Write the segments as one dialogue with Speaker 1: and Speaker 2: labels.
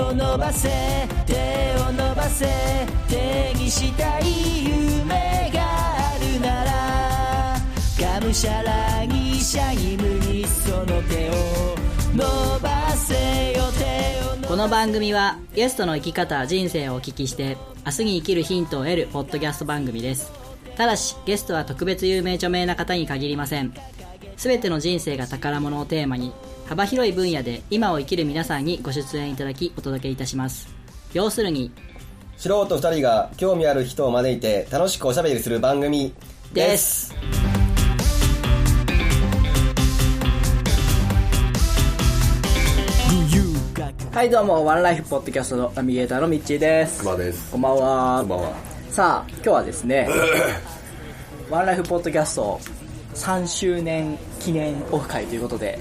Speaker 1: を伸ばせ手を伸ばせ手にしたい夢があるならがむしゃらにシャイムにその手を伸ばせよ手を伸ばせ
Speaker 2: この番組はゲストの生き方人生をお聞きして明日に生きるヒントを得るポッドキャスト番組ですただしゲストは特別有名著名な方に限りません全ての人生が宝物をテーマに幅広い分野で今を生きる皆さんにご出演いただきお届けいたします要するに
Speaker 3: 素人二人が興味ある人を招いて楽しくおしゃべりする番組
Speaker 2: で
Speaker 3: です
Speaker 2: す
Speaker 4: はいどうもワンライフポッドキャストのナビゲーターのミッチーです
Speaker 5: 熊です
Speaker 4: こんばんは
Speaker 5: こんばんは
Speaker 4: さあ今日はですねワンライフポッドキャスト3周年記念オフ会ということで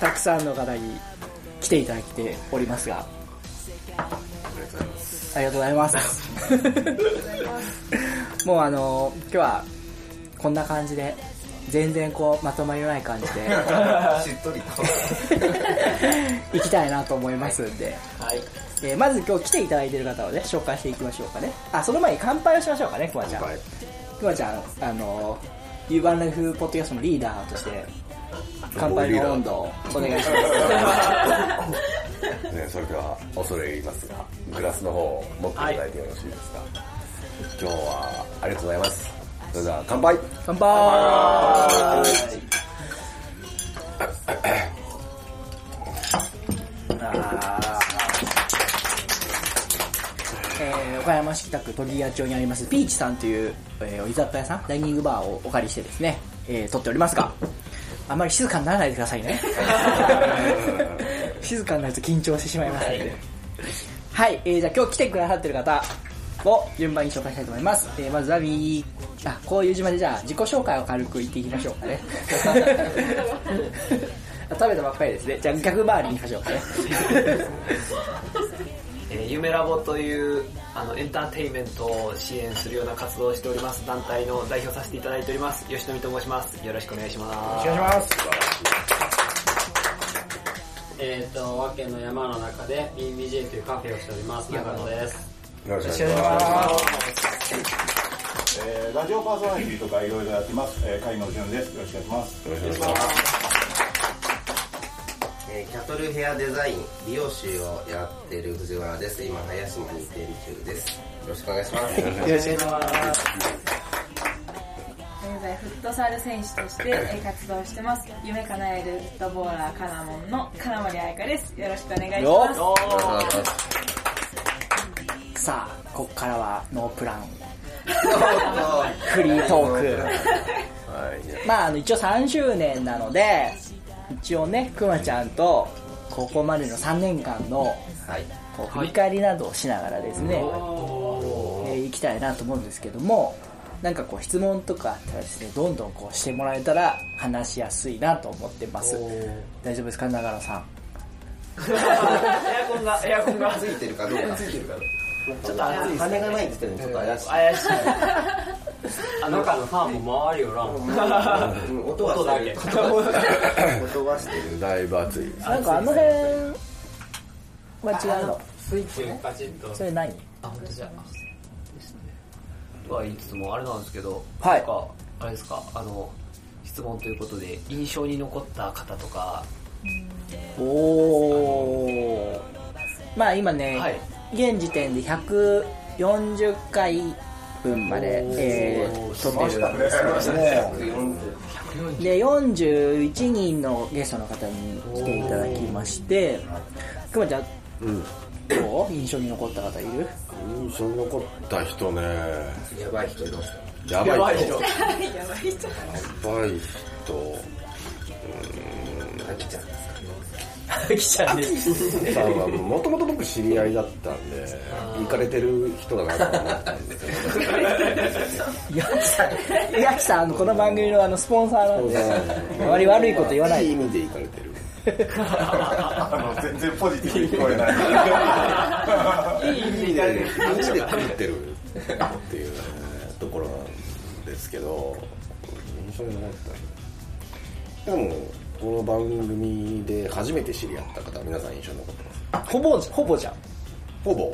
Speaker 4: たくさんの方に来ていただいておりますがありがとうございますもうあの今日はこんな感じで全然こうまとまりのない感 じで
Speaker 5: しっとりと
Speaker 4: 行きたいなと思いますんで、はいえーまず今日来ていただいている方をね紹介していきましょうかねあその前に乾杯をしましょうかねくまちゃん
Speaker 5: はい
Speaker 4: くまちゃんあのー U1 ライフポッドキャストのリーダーとして乾杯の温度をお願いします
Speaker 5: ね、それでは恐れ入りますがグラスの方を持っていただいてよろしいですか、今日はありがとうございますそれでは乾杯
Speaker 4: 乾杯えー岡山市北区鳥屋町にありますピーチさんという、えー居酒屋さんダイニングバーをお借りしてですね、えー撮っておりますがあまり静かにならないでくださいね静かになると緊張してしまいますので、はい、えー、じゃあ今日来てくださってる方を順番に紹介したいと思います。えー、まずはみー、あ、こういう順番でじゃあ自己紹介を軽く言っていきましょうか ね。あ食べたばっかりですね。じゃあ逆回りにいきましょうかね。
Speaker 6: えー、夢ラボというあのエンターテインメントを支援するような活動をしております団体の代表させていただいております吉富と申しますよろしくお願いしますよろしくお願いし
Speaker 7: えっ、と、和家の山の中で BBJ というカフェをしております。中野です。
Speaker 5: よろしくお願いします
Speaker 8: えーラジオパーソナリティとかいろいろやってます、えー、海野潤ですよろしくお願いします
Speaker 5: よろしくお願いします
Speaker 9: えーキャトルヘアデザイン美容師をやってる藤原です今林島に転中ですよろしくお願いします
Speaker 4: よろしくお願いします。
Speaker 10: 現在フットサル選手としてえー活動してます夢叶えるフットボーラーカナモンの金森彩香ですよろしくお願いします
Speaker 4: よ
Speaker 9: あー
Speaker 4: さあ、こっからはノープラン、
Speaker 9: あー
Speaker 4: フリートーク。
Speaker 5: はいね
Speaker 4: まあ、あの一応3周年なので、一応ね、くまちゃんとここまでの3年間の
Speaker 9: はい
Speaker 4: こう振り返りなどをしながらですね、えー行きたいなと思うんですけどもなんかこう質問とかあったらですねどんどんこうしてもらえたら話しやすいなと思ってます大丈夫ですか長野さん
Speaker 6: ますエアコンがエアコンが
Speaker 9: ついてるかどうかついてるか
Speaker 6: ちょっと暑いです
Speaker 9: 羽がないって言ってるのちょっと怪しい
Speaker 6: 怪しい
Speaker 7: あの中のファンも回るよな。
Speaker 9: うん音はしてる 音はしてる
Speaker 5: だいぶ暑いです
Speaker 4: なんかあの辺は違うの
Speaker 7: スイッチパチッと。
Speaker 4: それ何
Speaker 6: あ本当じゃあですねとは言いつつもあれなんですけど、
Speaker 4: はい
Speaker 6: なんかあれですかあの質問ということで印象に残った方とか
Speaker 4: おおまあ今ね、
Speaker 6: はい
Speaker 4: 現時点で140回分まで、えー
Speaker 6: す
Speaker 4: 撮ってるんですけどで41人のゲストの方に来ていただきましてくまちゃん
Speaker 5: うん
Speaker 4: どう印象に残った方いる
Speaker 5: 印象に残った人ね
Speaker 9: やばい人います
Speaker 5: やばい人や
Speaker 6: やばい
Speaker 10: やばい人
Speaker 5: ばい人
Speaker 9: あきちゃんです
Speaker 5: さんはもともと僕知り合いだったんで行かれてる人だなと思ったんですけど
Speaker 4: やきさんやきさんあのこの番組のあのスポンサーなんであまり悪いこと言わない
Speaker 5: いい
Speaker 4: い
Speaker 5: 意味で行かれてる
Speaker 8: あの全然ポジティブに聞こえない
Speaker 5: いいねマジで狂ってるっていうねところなんですけど印象に残ったでもこの番組で初めて知り合った方皆さん印象に残ってます
Speaker 4: ほぼ、ほぼじゃん。
Speaker 5: ほぼ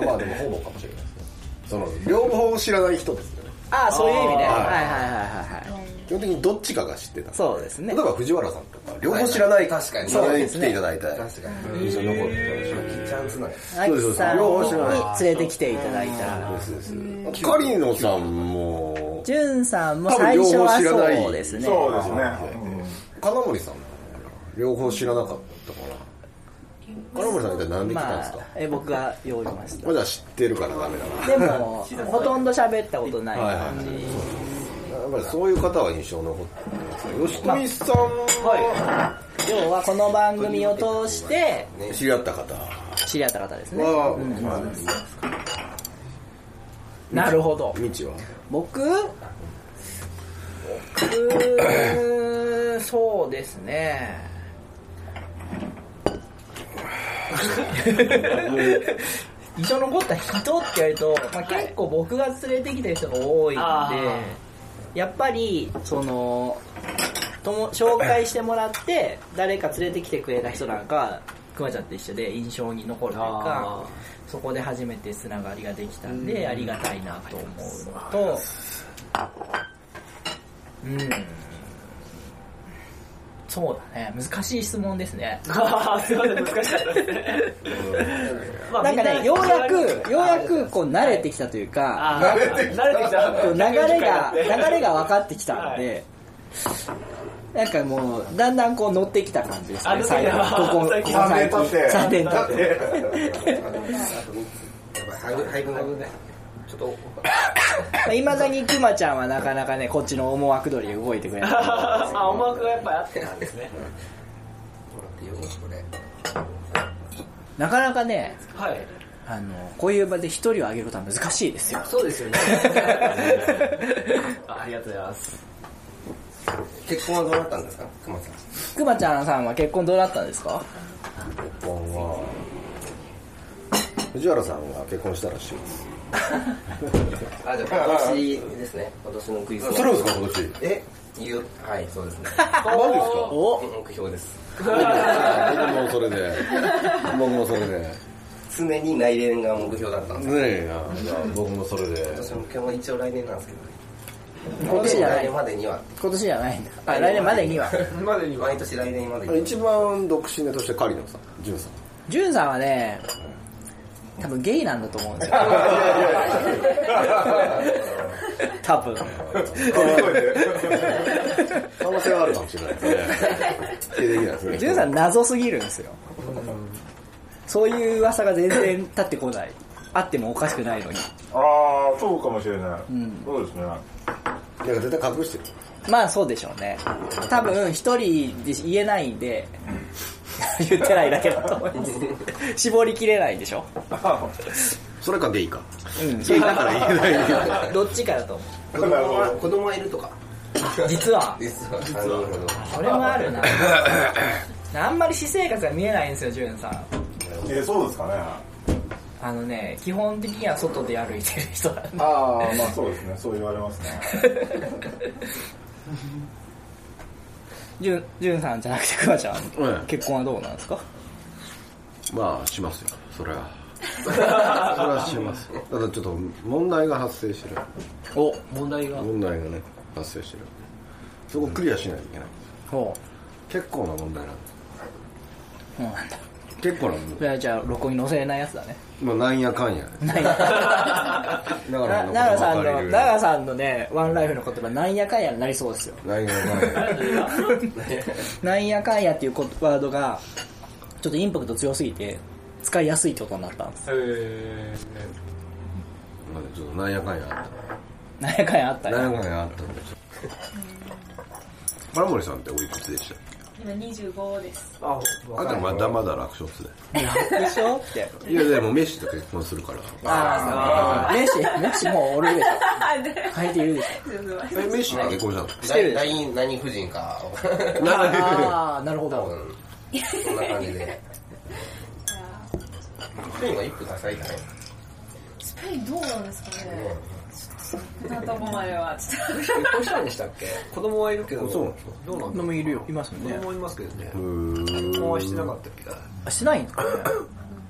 Speaker 5: あまあでもほぼかもしれないですねその両方知らない人ですよね
Speaker 4: ああ、そういう意味ね。はい
Speaker 5: あー
Speaker 4: はいはいはいはい。
Speaker 5: 基本的にどっちかが知ってた
Speaker 4: そうですね
Speaker 5: 例えば藤原さんとか両方知らない
Speaker 9: 確かに
Speaker 5: そう
Speaker 9: で
Speaker 5: 来ていただいて
Speaker 9: 確かに
Speaker 5: 印象に残ってたでしょ
Speaker 9: キちゃんつながり
Speaker 4: ア
Speaker 5: そ
Speaker 4: キ
Speaker 5: うですそうです
Speaker 4: さん
Speaker 5: 両
Speaker 4: に
Speaker 5: 方知らない
Speaker 4: 連れてきていただいた。
Speaker 5: ですですあとカリノさんも
Speaker 4: ジュンさんも
Speaker 5: 多分
Speaker 4: 最
Speaker 5: 両
Speaker 4: 初
Speaker 5: 方
Speaker 4: は
Speaker 5: 知らない
Speaker 4: そうですね。
Speaker 8: そうですね。
Speaker 5: 金森さんも両方知らなかったかな金森さん一体何で来たん
Speaker 4: ま
Speaker 5: です
Speaker 4: あ
Speaker 5: か、、
Speaker 4: え僕が用意しま した。
Speaker 5: まだ知ってるからダメだな
Speaker 4: でも、ほとんど喋ったことない
Speaker 5: はい
Speaker 4: 感
Speaker 5: は
Speaker 4: じ。
Speaker 5: やっぱりそういう方は印象残ってますね吉富さんは
Speaker 4: 要はこの番組を通して
Speaker 5: 知り合った方
Speaker 4: 知り合った方ですね。
Speaker 5: は、まあ
Speaker 4: なるほど。
Speaker 5: 未知は
Speaker 4: 僕僕、そうですね。印象残った人ってやると、まあ、結構僕が連れてきた人が多いんで、やっぱり、その、とも紹介してもらって、誰か連れてきてくれた人なんか、くまちゃんと一緒で印象に残るというか、そこで初めてつながりができたんで、ありがたいなと思うのと、うん。そうだね。難しい質問ですね。
Speaker 6: あーすいません、難しかったですね。 まあ
Speaker 4: なんかね、ようやく、ようや、
Speaker 6: み
Speaker 4: くこう慣れてきたというか、
Speaker 6: なあー慣れてきた。
Speaker 4: こう流 れが、流
Speaker 6: れ。
Speaker 4: れが分かってきたので、なんかもう、だんだんこう乗ってきた感じです
Speaker 6: あ乗っ
Speaker 4: ね、
Speaker 6: てきた
Speaker 4: 最後。ここ、ここ
Speaker 6: 最
Speaker 4: 最
Speaker 6: 近
Speaker 4: 近。
Speaker 8: 3
Speaker 4: 3
Speaker 8: 年
Speaker 4: 年経って。
Speaker 9: やっぱ配分配分がね
Speaker 6: ちょっと、
Speaker 4: いまだにくまちゃんはなかなかね、こっちの思惑通りに動いてくれない。
Speaker 6: あ、思惑がやっぱりあってなんですね。
Speaker 9: もらっていいよこれ
Speaker 4: なかなかね、
Speaker 6: はい。
Speaker 4: あの、こういう場で一人を挙げることは難しいですよ。
Speaker 6: そうです よね。あありがとうございます。
Speaker 9: 結婚はどうなったんですか熊さん
Speaker 4: くまちゃんさんは結婚どうだったんですか
Speaker 5: 結婚は藤原さんは結婚したらしいです
Speaker 9: あじゃあ今年ですね今年のクイズ
Speaker 5: するんですか今年
Speaker 9: え言うはいそう ですね
Speaker 5: マジですか
Speaker 9: 目標です
Speaker 5: 僕もそれで僕もそれでね
Speaker 9: 常に内連が目標だったんですよ
Speaker 5: えな僕もそれで
Speaker 9: 今年の目標は一応来年なんですけどね
Speaker 4: 今年じゃな
Speaker 9: 来
Speaker 4: い
Speaker 9: 年。までには
Speaker 4: 今年じゃないんだ。あ、来年までには。
Speaker 9: までに毎年来年までに
Speaker 5: 一番独身でとしてカリノさんジ ュンさん
Speaker 4: ジュンさんはね、多分ゲイなんだと思うんですよ。多分。
Speaker 5: 可能性はあるかもしれないですね否定できないですね
Speaker 4: ジュンさん謎すぎるんですよ。そういう噂が全然立ってこない。あってもおかしくないのに。
Speaker 8: ああ、そうかもしれない
Speaker 4: ん。
Speaker 8: そうですね。
Speaker 5: いや絶対隠してる
Speaker 4: まあそうでしょうね。多分一人で言えないんで、 言ってないだけだと思います。絞りきれないんでしょ
Speaker 5: それかゲイか
Speaker 4: うん。
Speaker 5: ゲイだから言えない
Speaker 4: どっちかだと
Speaker 9: 子
Speaker 4: 思
Speaker 9: 供は子供はいる とか
Speaker 4: う。実は。
Speaker 9: 実は実は
Speaker 4: それもある な。あんまり私生活が見えないんですよ、ジュンさん。
Speaker 8: えー、そうですかね。
Speaker 4: あのね、基本的には外で歩いてる人なんで。
Speaker 8: ああ、まあそうですね。そう言われますね。
Speaker 4: ジュン、ジュンさんじゃなくて、クマちゃん、
Speaker 5: うん
Speaker 4: 結婚はどうなんですか
Speaker 5: まあしますよそれはそれはしますよただちょっと問題が発生してる
Speaker 4: お、問題が。
Speaker 5: 問題がね発生してるそこクリアしないといけない
Speaker 4: ほ
Speaker 5: 結構な問題なんです
Speaker 4: う。そうなんだ。
Speaker 5: 結構な問
Speaker 4: それはじゃあ、録音に載せれないやつだ ね。
Speaker 5: 題まあなんやかんや
Speaker 4: ないな。
Speaker 5: 長
Speaker 4: な
Speaker 5: 野
Speaker 4: 長さん
Speaker 5: こと
Speaker 4: の、
Speaker 5: ばかり言う
Speaker 4: 長さんのね、ワンライフの言葉、なんやかんやになりそうですよ。
Speaker 5: なんやかん や
Speaker 4: なんやかんやっていう言葉ワードが、ちょっとインパクト強すぎて、使いやすいってことになったんです。
Speaker 5: なんでちょっとなんやかんやあっ
Speaker 4: なんやかんやあった
Speaker 5: た
Speaker 4: ね。
Speaker 5: なんやかんやあったんでちょっと金森さんっておいくつでしたっけ
Speaker 10: 今25です
Speaker 6: あ、
Speaker 5: あんたまだまだ楽勝っすね
Speaker 4: でしょって。
Speaker 5: いやでもメッシと結婚するから
Speaker 4: ああ、メッシ、メッシもうおる でしょ。履いているでし
Speaker 5: えメッシは結婚したの
Speaker 9: 来来何婦人か
Speaker 4: ょ。ああ、なるほ
Speaker 9: 多
Speaker 4: ど。
Speaker 9: 分そんな感じでスペインは一夫多妻じゃない
Speaker 10: スペインどうなんですかねちょっと
Speaker 6: ます。
Speaker 10: そんなとこまではちょっ
Speaker 6: 結婚したんでしたっけ子供はいるけど、そうなんですかどうなん
Speaker 4: 子供いるよいますよね
Speaker 6: 子供いますけどね。結婚はしてなかったっけ
Speaker 4: あしないんですかね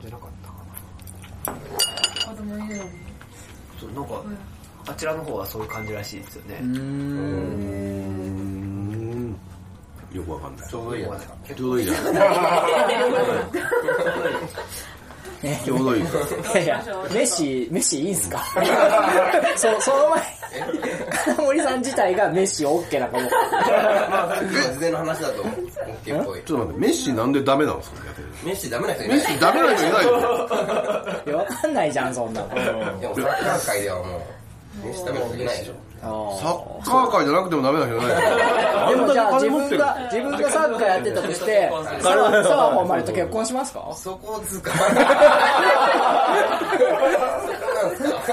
Speaker 6: じゃなかったかな。
Speaker 10: と子供いるのに
Speaker 6: そうなんか、あちらの方はそういう感じらしいですよね。
Speaker 5: よくわかんない。
Speaker 9: ちょうどいいやつか
Speaker 5: ちょうどいいな。ちょうどいいですか。
Speaker 4: いやいやメッシメッシいいんすかそその前に金森さん自体がメッシ OK なかも
Speaker 9: まあ、突然の話だと、オッケーっぽい。
Speaker 5: ちょっと待って、メッシなんでダメなんですか逆に
Speaker 9: メッシダメな人いな
Speaker 5: メ
Speaker 9: い
Speaker 5: ッ。シダメな人いないよ。
Speaker 4: いやわかんないじゃんそんなの
Speaker 9: でも、サッカー界ではもう、メッシダメな人いないでしょ。
Speaker 5: サッカー界じゃなくてもダメな人いない
Speaker 4: で
Speaker 5: よ。
Speaker 4: もじゃあ自分が自分がサッカーやってたとしてサワサワもお前と結婚しますか
Speaker 9: そこをつか。そこ なんすか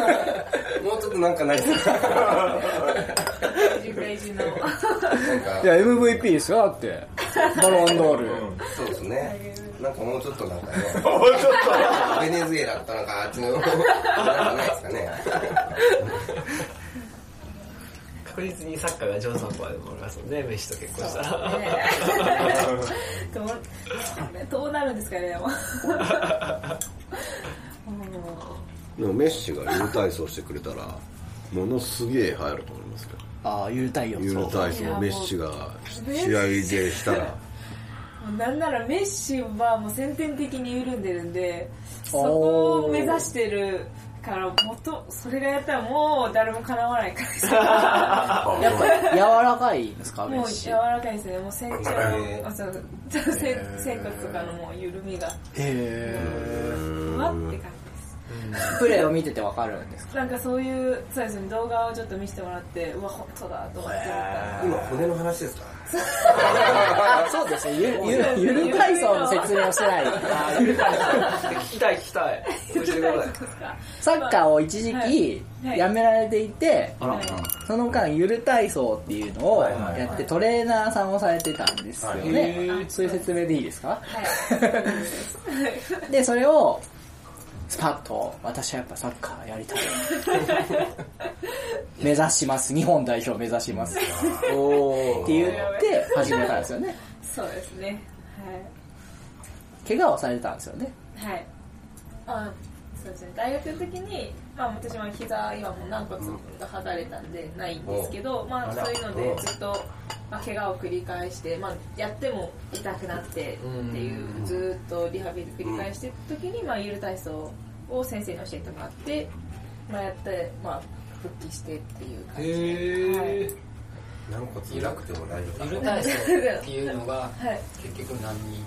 Speaker 9: もうちょっとなんかないですか
Speaker 10: リベージの
Speaker 9: なんか
Speaker 4: い、や MVP ですよだ ってバロンドール
Speaker 9: そうですね。なんかもうちょっとなんかね。ベネズエラとなんかあっちの、なんかないですかね。
Speaker 6: 確実にサッカーが上手な子は思いますもんね、メッシと結婚したら。
Speaker 10: どう どうなるんですかねでもも
Speaker 5: でもメッシがユー体操してくれたら、ものすげえ流行ると思いますけど。
Speaker 4: ああゆるたいよ
Speaker 5: ユーロ体操メッシが試合でしたら、
Speaker 10: うもうなんならメッシはもう先天的に緩んでるんでそこを目指してるから元それがやったらもう誰もかなわないから
Speaker 4: やっぱり柔らかいんですかメ
Speaker 10: も
Speaker 4: ッ
Speaker 10: う
Speaker 4: シ
Speaker 10: 柔らかいですね、もう成長、あそうせ仙骨とかのもう緩みが、ふわって感じです。
Speaker 4: プレーを見ててわかるんですか
Speaker 10: なんかそういう、そうですね、動画をちょっと見せてもらって、うわ、本当だと思って
Speaker 9: 今、骨の話ですか
Speaker 4: あ そうですねゆゆゆる体操の説明をしてない
Speaker 6: 聞きたい聞きたい。教えてください。
Speaker 4: サッカーを一時期
Speaker 10: はい
Speaker 4: やめられていて、
Speaker 10: 思ってました。はい
Speaker 4: その間ゆる体操っていうのをやってトレーナーさんをされてたんですよねそういう説明でいいですか でそれをスパッと私はやっぱサッカーやりたい 目指します日本代表目指しますって言って始めたんですよね
Speaker 10: そうですね、
Speaker 4: 怪我をされたんですよね
Speaker 10: はい。はい。あそうですね、大学の時に、まあ私は膝、今もう軟骨が剥がれたんでないんですけど、まあそういうのでずっと、まあ、怪我を繰り返して、まあやっても痛くなってっていう、ずっとリハビリ繰り返してる時に、まあゆる体操を先生に教えてもらって、まあやって、まあ復帰してっていう感じで。はい
Speaker 9: 軟骨いなくても大丈夫。
Speaker 7: ゆる体操っていうのが
Speaker 10: はい
Speaker 7: 結局何に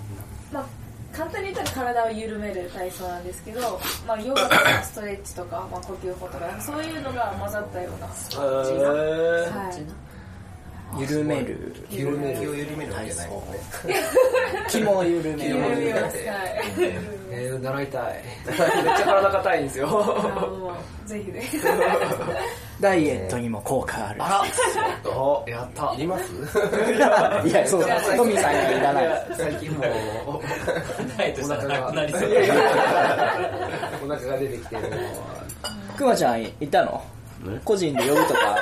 Speaker 10: まあ、簡単に言ったら体を緩める体操なんですけど、まあ、ヨガとかストレッチとか、まあ、呼吸法とかそういうのが混ざったようなスポーチな、はい、
Speaker 4: 緩める
Speaker 9: 気を緩めるわけじゃないですね。
Speaker 4: 気も緩め
Speaker 9: 気を緩
Speaker 4: る
Speaker 9: めるわけ
Speaker 10: はい
Speaker 9: で。
Speaker 6: えー、習いた い。めっちゃ体硬いんです
Speaker 10: あ
Speaker 6: よ。
Speaker 10: のもうぜひぜひ
Speaker 4: ダイエットにも効果ある
Speaker 6: お、やった
Speaker 9: い。ります
Speaker 4: いや、そう、トミーさんにはいらないです。
Speaker 6: 最近もう、お腹が、お腹が出てきて、もう、
Speaker 4: くまちゃん、いたの
Speaker 5: ね
Speaker 4: 個人で呼ぶとか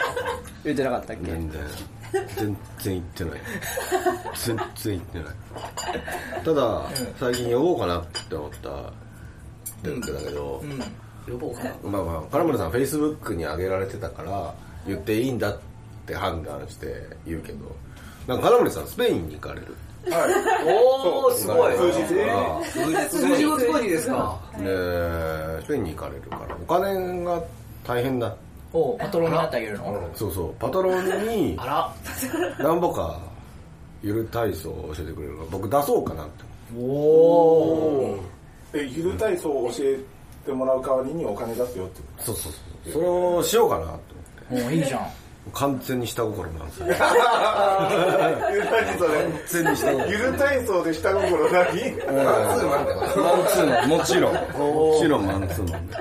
Speaker 4: 言ってなかったっけ
Speaker 5: 全然、全然行ってない。全然行ってない。ただ、最近呼ぼうかなって思った、やつだけど、
Speaker 6: 呼ぼうかな。
Speaker 5: まあまあ、金村さん、フェイスブックに上げられてたから、言っていいんだって判断して言うけど、なんか金森さん、スペインに行かれる。
Speaker 6: おー、すごい。
Speaker 5: 数日後
Speaker 6: 数字をすごいですか
Speaker 5: で、スペインに行かれるから、お金が大変だ。
Speaker 4: おパトロンになってあげるの
Speaker 5: そうそう、パトロンに、
Speaker 6: あら。
Speaker 5: なんぼかゆる体操を教えてくれるから僕出そうかなって
Speaker 8: え、ゆる体操を教えてもらう代わりにお金出すよってこ
Speaker 5: そうそうそうそれをしようかなと思って
Speaker 4: もういいじゃん。
Speaker 5: 完全に下心なんですよ
Speaker 8: と。ゆる体操で、
Speaker 5: 全に下
Speaker 8: ゆる体操で下心ない
Speaker 9: マンツーマンってこと
Speaker 5: マンツーマンもちろんもちろんマンツーマンで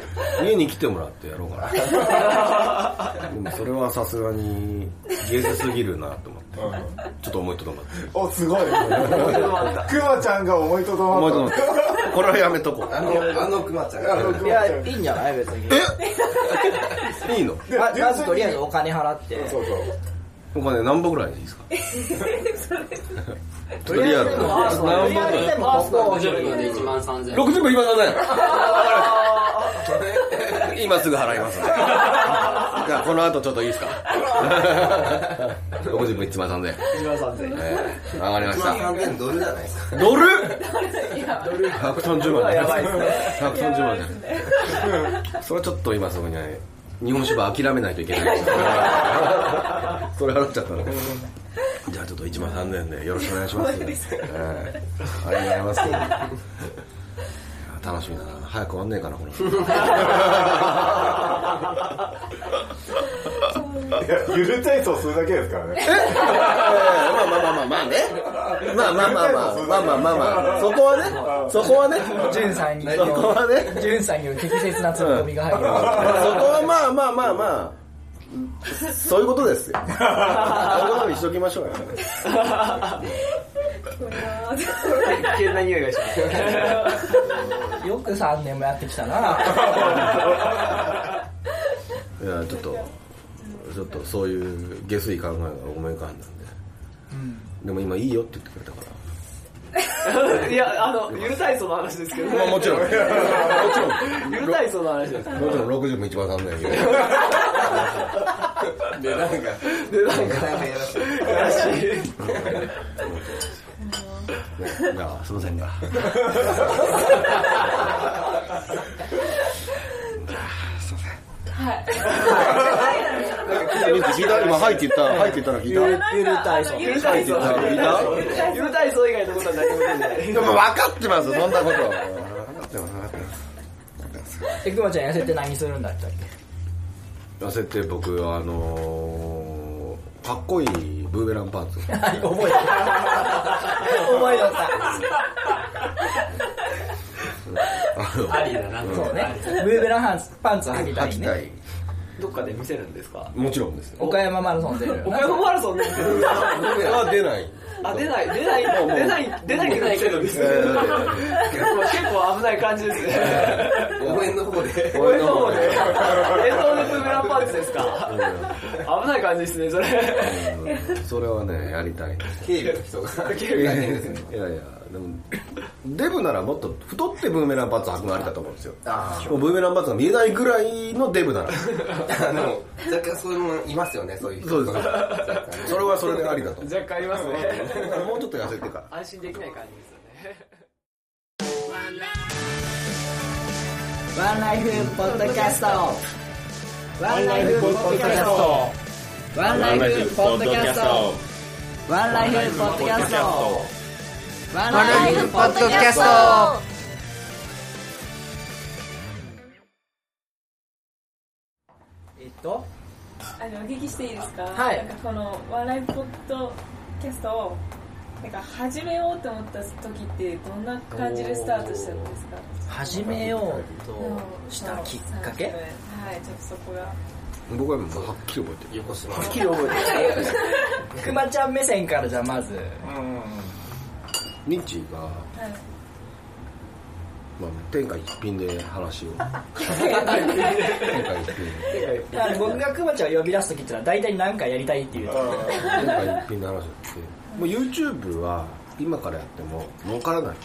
Speaker 5: 家に来てもらってやろうかなでもそれはさすがにゲーセすぎるなと思ってちょっと思いとどまって
Speaker 11: おすごいクマちゃんが思いとどま
Speaker 5: 思
Speaker 11: った
Speaker 5: いとどまったこれはやめとこう
Speaker 9: あのあのクマちゃん
Speaker 11: あの
Speaker 9: が
Speaker 11: 熊
Speaker 12: いや、いいんじゃない別に。
Speaker 5: いいの
Speaker 12: まま ずとりあえずお金払って。
Speaker 11: そうそう
Speaker 5: お金何本ぐらいでいい ですかとりあえず何本
Speaker 12: とりあえずで
Speaker 5: ぐ
Speaker 12: も僕は
Speaker 7: 50分で1万3000円
Speaker 5: らい60分今だね 今すぐ払いますじゃあこの後ちょっといいです か60分1万3000円
Speaker 6: 一番さんで。
Speaker 5: えーわかりまし
Speaker 9: 1万
Speaker 5: た
Speaker 9: 3000ドルじゃないですか
Speaker 5: ドル
Speaker 10: いや
Speaker 5: 130万
Speaker 6: やばいっすね
Speaker 5: 130万じゃないそれはちょっと今そこにはね日本酒場諦めないといけないですそれ払っちゃったのじゃあちょっと1万3000円でよろしくお願いしますえーありがとうございます楽しみだな早く終わんねえかなこの
Speaker 11: いやゆる体操するだけですからね
Speaker 5: まあまあまあまあまあね。まあまあまあまあまあまあまあまあ。そこはね、そこはね、
Speaker 4: ジュンさんに、ジ
Speaker 5: そこはね、
Speaker 4: ュンさんによる適切なツ
Speaker 5: そこ
Speaker 4: ッコミが入る。
Speaker 5: はまあまあまあまあ、そういうこと ですよ。そういうことにしときましょうよ。
Speaker 6: 危険な匂いがしま す。
Speaker 4: よく3年もやってきた な。
Speaker 5: いや、ちょっと、ちょっとそういう下水考えがごめんかんなんで。でも今いいよって言ってくれたから。
Speaker 6: いや、あの、ゆる体操の話ですけどね。
Speaker 5: まあも ちろん。もちろん。
Speaker 6: ゆる体操の話です。
Speaker 5: もちろん60分一番足んないけど。
Speaker 9: でなんか
Speaker 6: で、なんか、
Speaker 9: なんかやらしい
Speaker 5: ねじゃあ、すいませんが。
Speaker 10: はい。
Speaker 5: 聞いた今、はいって言った。はいって言ったの聞いた。
Speaker 10: ゆる体操。ゆる
Speaker 5: はい
Speaker 10: 体
Speaker 5: って
Speaker 10: 操
Speaker 5: 言。ったの聞いた
Speaker 6: ゆる体操以外のことは何も出ない。
Speaker 5: でも分かってますそんなこと。分かってます、分かってます。
Speaker 4: え、くまちゃん痩せて何するんだったっ
Speaker 5: 痩せて僕、あのー、かっこいいブーベランパーツ。
Speaker 4: け覚えた。覚えとった。
Speaker 5: あの
Speaker 7: ありだ な
Speaker 4: そうね。ブーベランハンスパンツ履きた
Speaker 5: 履
Speaker 4: い
Speaker 5: き
Speaker 4: ね
Speaker 5: た。い。
Speaker 6: どっかで見せるんですか
Speaker 5: もちろんですよ。
Speaker 4: 岡山マラソン出るよ
Speaker 6: 岡
Speaker 4: な。
Speaker 6: 山マラソンね。
Speaker 5: 僕 は出ない。
Speaker 6: あ、出ない、出ない、出ない、出ないけど見せるんです
Speaker 5: えーだって
Speaker 6: 結構、結構危ない感じですね。
Speaker 9: 応援の方で
Speaker 6: 俺の方で。映像でブーメランパンツですか危ない感じですね、それ。
Speaker 5: それはね、やりたい。
Speaker 9: 警備の人が
Speaker 5: いやいや、でも、デブならもっと太ってブーメランパーツ履くのありだと思うんですよ。もうブーメランパーツが見えないぐらいのデブなら。
Speaker 9: あの若干そういうもんいますよねそういう人
Speaker 5: そうです。それはそれでありだと。
Speaker 6: 若干ありますね。
Speaker 5: もうちょっと痩せてから。
Speaker 6: 安心できない感じですよね。
Speaker 4: ワンライフポッドキャスト。ワンライフポッドキャスト。ワンライフポッドキャスト。ワンライフポッドキャスト。ワンライフポッドキャスト。えっと、
Speaker 10: あのお聞きしていいですか、
Speaker 4: はい
Speaker 10: なんかこの「笑いポッドキャスト」をなんか始めようと思った時ってどんな感じでスタートしたんですか
Speaker 4: 始めようとしたきっかけ
Speaker 10: はいちょっとそこが
Speaker 5: 僕はもうはっきり覚えてる。
Speaker 9: 横島
Speaker 4: はっきり覚え てる。くまちゃん目線からじゃあまず。
Speaker 5: ミッチーが、
Speaker 10: はい
Speaker 5: まあ、天下一品で話を。天下一品。
Speaker 4: だから僕がくまちゃんを呼び出す時ってのは大体何かやりたいっていうと
Speaker 5: 天下一品で話をして。もう YouTube は今からやっても儲からない。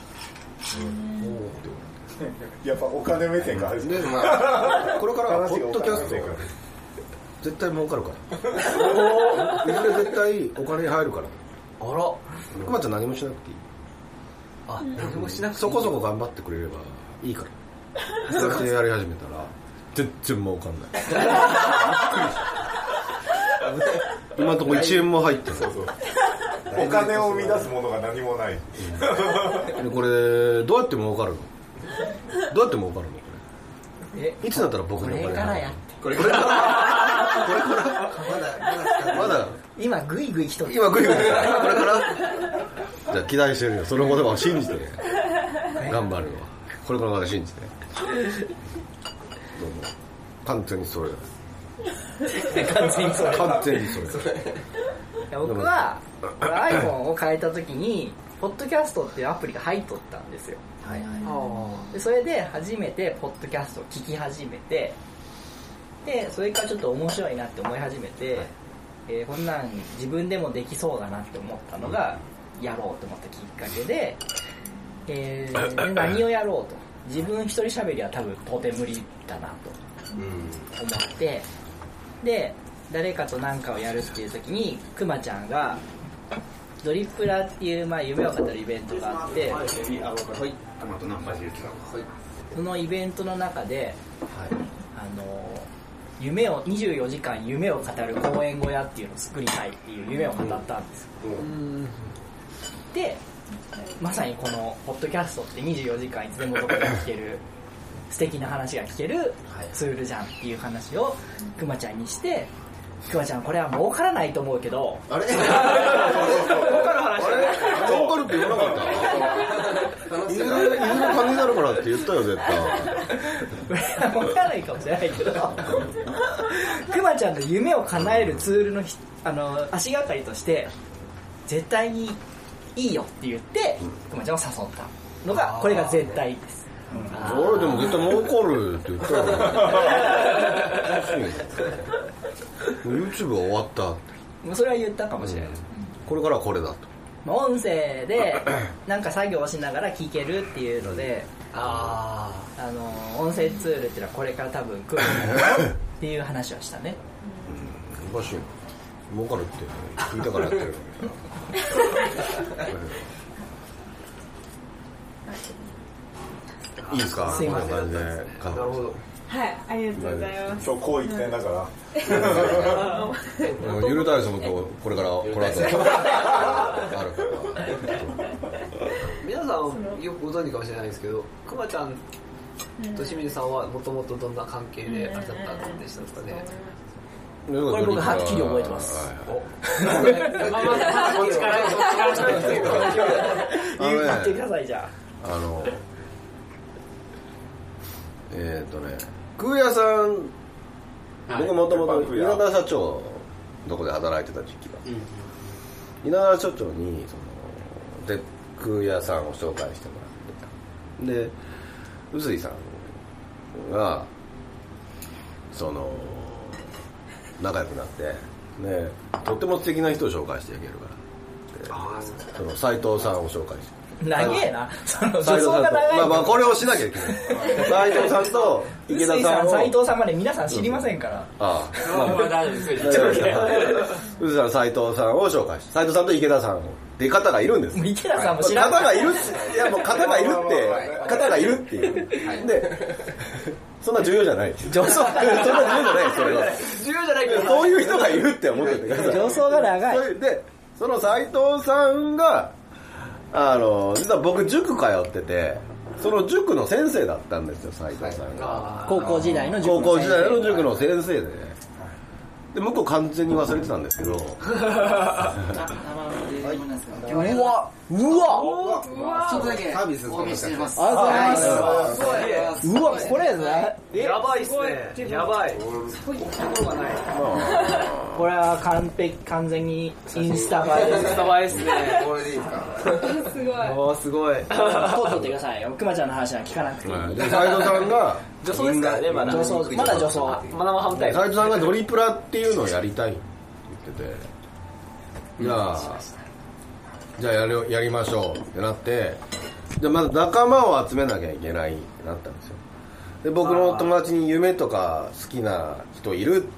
Speaker 11: やっぱお金目線が始め
Speaker 5: で、
Speaker 11: る
Speaker 5: まあ、これからは
Speaker 11: 悲
Speaker 5: ポ
Speaker 11: しい
Speaker 5: ッドキャスト
Speaker 11: お金の世界
Speaker 5: 絶対儲かるから。いずれ絶対お金入るから。
Speaker 6: あら。
Speaker 5: くまちゃん何もしなくていい。
Speaker 6: あ、何もしなくて
Speaker 5: そこそこ頑張ってくれればいい から。そうやってやり始めたら、全然儲かんない。今のところ1円も入ってない。
Speaker 11: お金を生み出すものが何もない
Speaker 5: でこれ、どうやって儲かるのどうやって儲かるのこ
Speaker 4: え
Speaker 5: れ。いつだったら僕
Speaker 4: こ
Speaker 5: にお
Speaker 4: れ
Speaker 5: 金
Speaker 4: から
Speaker 5: 入る
Speaker 4: や
Speaker 5: これからこれから
Speaker 9: まだまだ使う
Speaker 5: まだ、
Speaker 4: 今グイグイ来とる
Speaker 5: 今グリグリこれからじゃあ期待してるよ。その言葉を信じて。頑張るわ。これからまだ信じて。どうも。完全にそれだ。
Speaker 4: 完全にそれ
Speaker 5: 完全にそれ。
Speaker 4: や僕は iPhone を変えた時にポッドキャストっていうアプリが入っとったんですよ
Speaker 13: はいはい
Speaker 4: でそれで初めてポッドキャストを聞き始めてでそれからちょっと面白いなって思い始めて、えーこんなん自分でもできそうだなって思ったのがやろうと思ったきっかけで,、え ーで何をやろうと自分一人喋りは多分到底無理だなと思ってで誰かと何かをやるっていう時にくまちゃんがドリプラっていう、まあ、夢を語るイベントがあって
Speaker 9: トマト何杯ですか
Speaker 4: そのイベントの中で、あの夢を24時間夢を語る公演小屋っていうのを作りたいっていう夢を語ったんですよ、でまさにこのポッドキャストって24時間いつでもどこでも聞け る素敵な話が聞けるツールじゃんっていう話をくまちゃんにしてくまちゃんこれは儲からないと思うけどあれ 儲かる話
Speaker 5: 儲かるって言わなか った犬の金になるからって言ったよ絶対
Speaker 4: わからないかもしれないけどくまちゃんの夢を叶えるツールのひあの足がかりとして絶対にいいよって言ってくまちゃんを誘ったのがこれが絶対です
Speaker 5: 俺でも絶対儲かるって言ったよおかしいよ YouTube 終わった
Speaker 4: もうそれは言ったかもしれない、
Speaker 5: これからはこれだと
Speaker 4: まあ音声で なんか作業をしながら聞けるっていうので、あの音声ツールっていうのはこれから多分来るんだ よっていう話をしたね
Speaker 5: おかしいな儲かるって聞いたからやってるいいですか
Speaker 11: すいません
Speaker 5: こな感じでなるほど
Speaker 10: はい、ありがとうございます。
Speaker 11: 今日こう一点だから、
Speaker 5: もうゆるたいそのとこれからこの 後あるから
Speaker 6: 皆さんよくご存知かもしれないですけどくまちゃんと清水さんはもともとどんな関係であれだったんでしたんですかね
Speaker 5: これ
Speaker 6: 僕はっきり覚えてますこっちからこっちからちょっと言ってください
Speaker 5: のね
Speaker 4: 言ってくださいじゃ
Speaker 5: あのえーっとね空也さん僕もともと稲田社長のとこで働いてた時期が稲田社長にそので空也さんを紹介してもらってで臼井さんがその仲良くなってねとっても素敵な人を紹介してあげるからってその斎藤さんを紹介して
Speaker 4: あ長えなそ の女
Speaker 5: 斉藤さん
Speaker 4: 装
Speaker 5: と
Speaker 4: が長い
Speaker 5: まあまあこれをしなきゃいけない斉藤さんと池田さんを
Speaker 4: 斎藤さんまで皆さん知りませんから、
Speaker 5: ああ、
Speaker 4: まあ大丈夫 です
Speaker 5: 大丈夫です。うずさん、斉藤さんを紹介して、斉藤さんと池田さんを。で、方がいるん です。
Speaker 4: 池田さんも知らん
Speaker 5: 方がいるって、いやもう方がいるって、方がいるっていう。で、そんな重要じゃない。女装そんな重要じゃない、それは。
Speaker 6: 重要じゃないけど
Speaker 5: そういう人がいるって思っててください。
Speaker 6: 上
Speaker 4: 層が長
Speaker 5: い。で、その斉藤さんが、あの、実は僕塾通ってて、その塾の先生だったんですよ、斉藤さんが。
Speaker 4: 高校時代の塾の
Speaker 5: 高校時代の塾の先生でね。で、向こう完全に忘れてたんです けど。
Speaker 14: うわ
Speaker 5: うわ
Speaker 14: うわちょっとだけ
Speaker 13: サービス
Speaker 14: お見せしてます
Speaker 4: ありがとうございます
Speaker 14: す
Speaker 4: うわこれね
Speaker 6: やばいっすねやばい
Speaker 4: これは完璧完全にインスタ映えです
Speaker 6: インスタ映えっすね
Speaker 13: これでいいですか
Speaker 10: すごい。
Speaker 4: おーすごい取っといてくださいよくまちゃんの話は聞かなくていい
Speaker 5: で斉藤さんが、
Speaker 4: 女装ですからねまだ女装まだ女装
Speaker 6: まだま反
Speaker 5: 斉藤さんがドリプラっていうのをやりたいって言ってて、じゃあ、じゃあやるやりましょうってなって、じゃあまず仲間を集めなきゃいけないってなったんですよ。で、僕の友達に夢とか好きな人いるって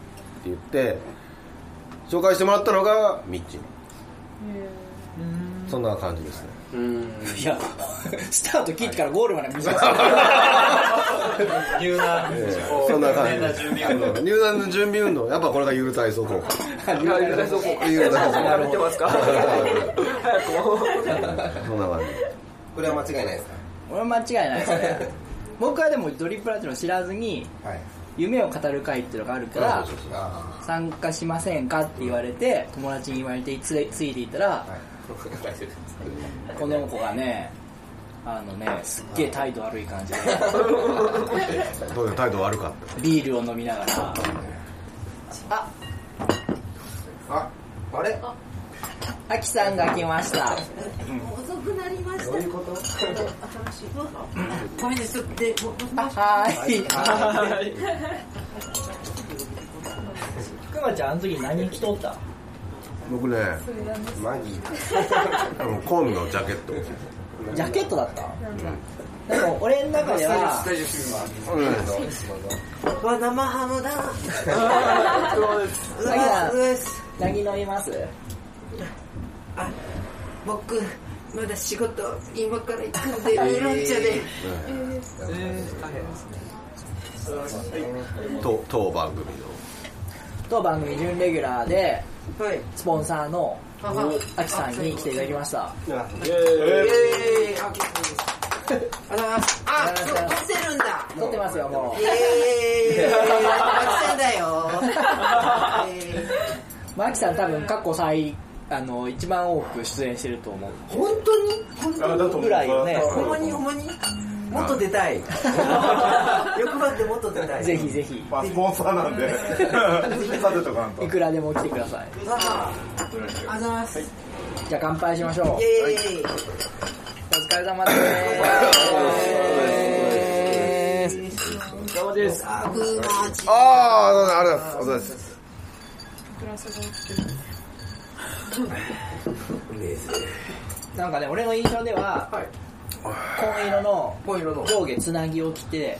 Speaker 5: 言って、紹介してもらったのがミッチーそんな感じですね。
Speaker 4: いやスタート切ってからゴールまで短い
Speaker 5: 入団、そんな感じです入団の準備運動やっぱこれがゆる体操 効果
Speaker 6: 入団体操効果
Speaker 5: ゆる体操効果
Speaker 6: やめ てますか
Speaker 5: そんな感じ
Speaker 13: これは間違いないですか
Speaker 4: 俺は間違いないです ね僕はでもドリプラっていうのを知らずに、夢を語る会っていうのがあるから参加しませんかって言われて友達に言われてつれついていったら、この子がねあのねすっげえ態度悪い感 じで
Speaker 5: どういう態度悪かった
Speaker 4: ビールを飲みながら
Speaker 13: あれ
Speaker 4: あきさんが来ました。
Speaker 9: 遅くなりました。どういうこと？話どうぞ。ごめんねちょっとで、もも
Speaker 4: はい
Speaker 9: はい。
Speaker 4: くまちゃん、あの時何着とった
Speaker 5: 僕ね、マギー。あの、コーンのジャケット。
Speaker 4: ジャケットだったでも俺の中では、
Speaker 9: わ生ハムだ。
Speaker 4: うわう何飲みます
Speaker 9: あ、僕まだ仕事今から行くんでウーロン茶で。
Speaker 5: と当番組の。
Speaker 4: 当番組準レギュラーで、スポンサーのあきさんに来ていただきました。
Speaker 9: イエーイ。ああ、そうカプセルんだ。
Speaker 4: 撮ってますよ、も う。
Speaker 9: イエーイ。カプセルだよ。
Speaker 4: まあ、あきさん多分過去最、あの、一番多く出演してると思う。
Speaker 9: 本当に本
Speaker 4: あだと
Speaker 9: 当
Speaker 4: 思う
Speaker 9: にぐらいよね。
Speaker 4: ほ
Speaker 9: ほん
Speaker 4: んま
Speaker 9: ま
Speaker 4: に
Speaker 9: に
Speaker 4: ほ
Speaker 9: ほ
Speaker 4: ん
Speaker 9: んま
Speaker 4: まに
Speaker 9: に。もっと出たい。欲張ってもっと出たい。
Speaker 4: ぜひぜひ。
Speaker 11: まあ、スポンサーなんで、立てとかんと。
Speaker 4: いくらでも来てください。
Speaker 9: あありがとうございます。
Speaker 4: じゃあ乾杯しましょう。
Speaker 9: イエーイ。
Speaker 4: お疲れ様です。
Speaker 9: お疲れ様です。あー
Speaker 5: ああ、ありがとうございます。
Speaker 4: なんかね、俺の印象では、紺色の上下つなぎを着て、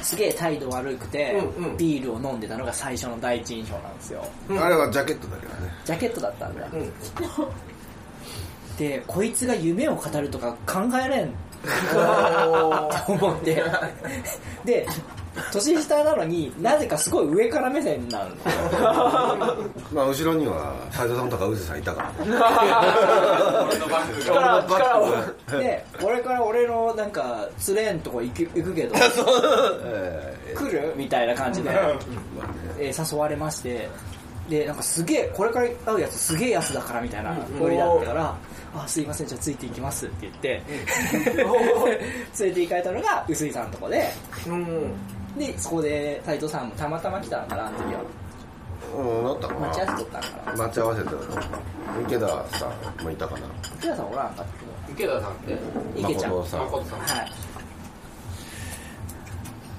Speaker 4: すげえ態度悪くて、ビールを飲んでたのが最初の第一印象なんですよ。
Speaker 5: あれはジャケットだけどね。
Speaker 4: ジャケットだったんだ。で、こいつが夢を語るとか考えれん。 と思って。で、年下なのになぜかすごい上から目線になるの。
Speaker 5: まあ、後ろには斉藤さんとか宇治さんいたから。
Speaker 4: 俺
Speaker 5: のバッ グ
Speaker 4: 力
Speaker 5: 俺のバッ
Speaker 4: 力
Speaker 5: グ
Speaker 4: をで俺から俺のなんか釣れんとこ行く行くけど来るみたいな感じで、えー誘われましてでなんかすげえこれから会うやつすげえやつだからみたいなノリだったから「あすいませんじゃあついていきます」って言って 連れて行かれたのが臼井さんのとこででそこで斎藤さんもたまたま来たのかなあの時は
Speaker 5: うん、なったかな。
Speaker 4: 待ち合わせとったんかな
Speaker 5: 待ち合わせてた池田さんもいたかな。
Speaker 4: 池田さんおらんかったけど
Speaker 15: 池田さんって
Speaker 4: 池ちゃん
Speaker 5: 誠さん
Speaker 15: 誠さん
Speaker 4: はい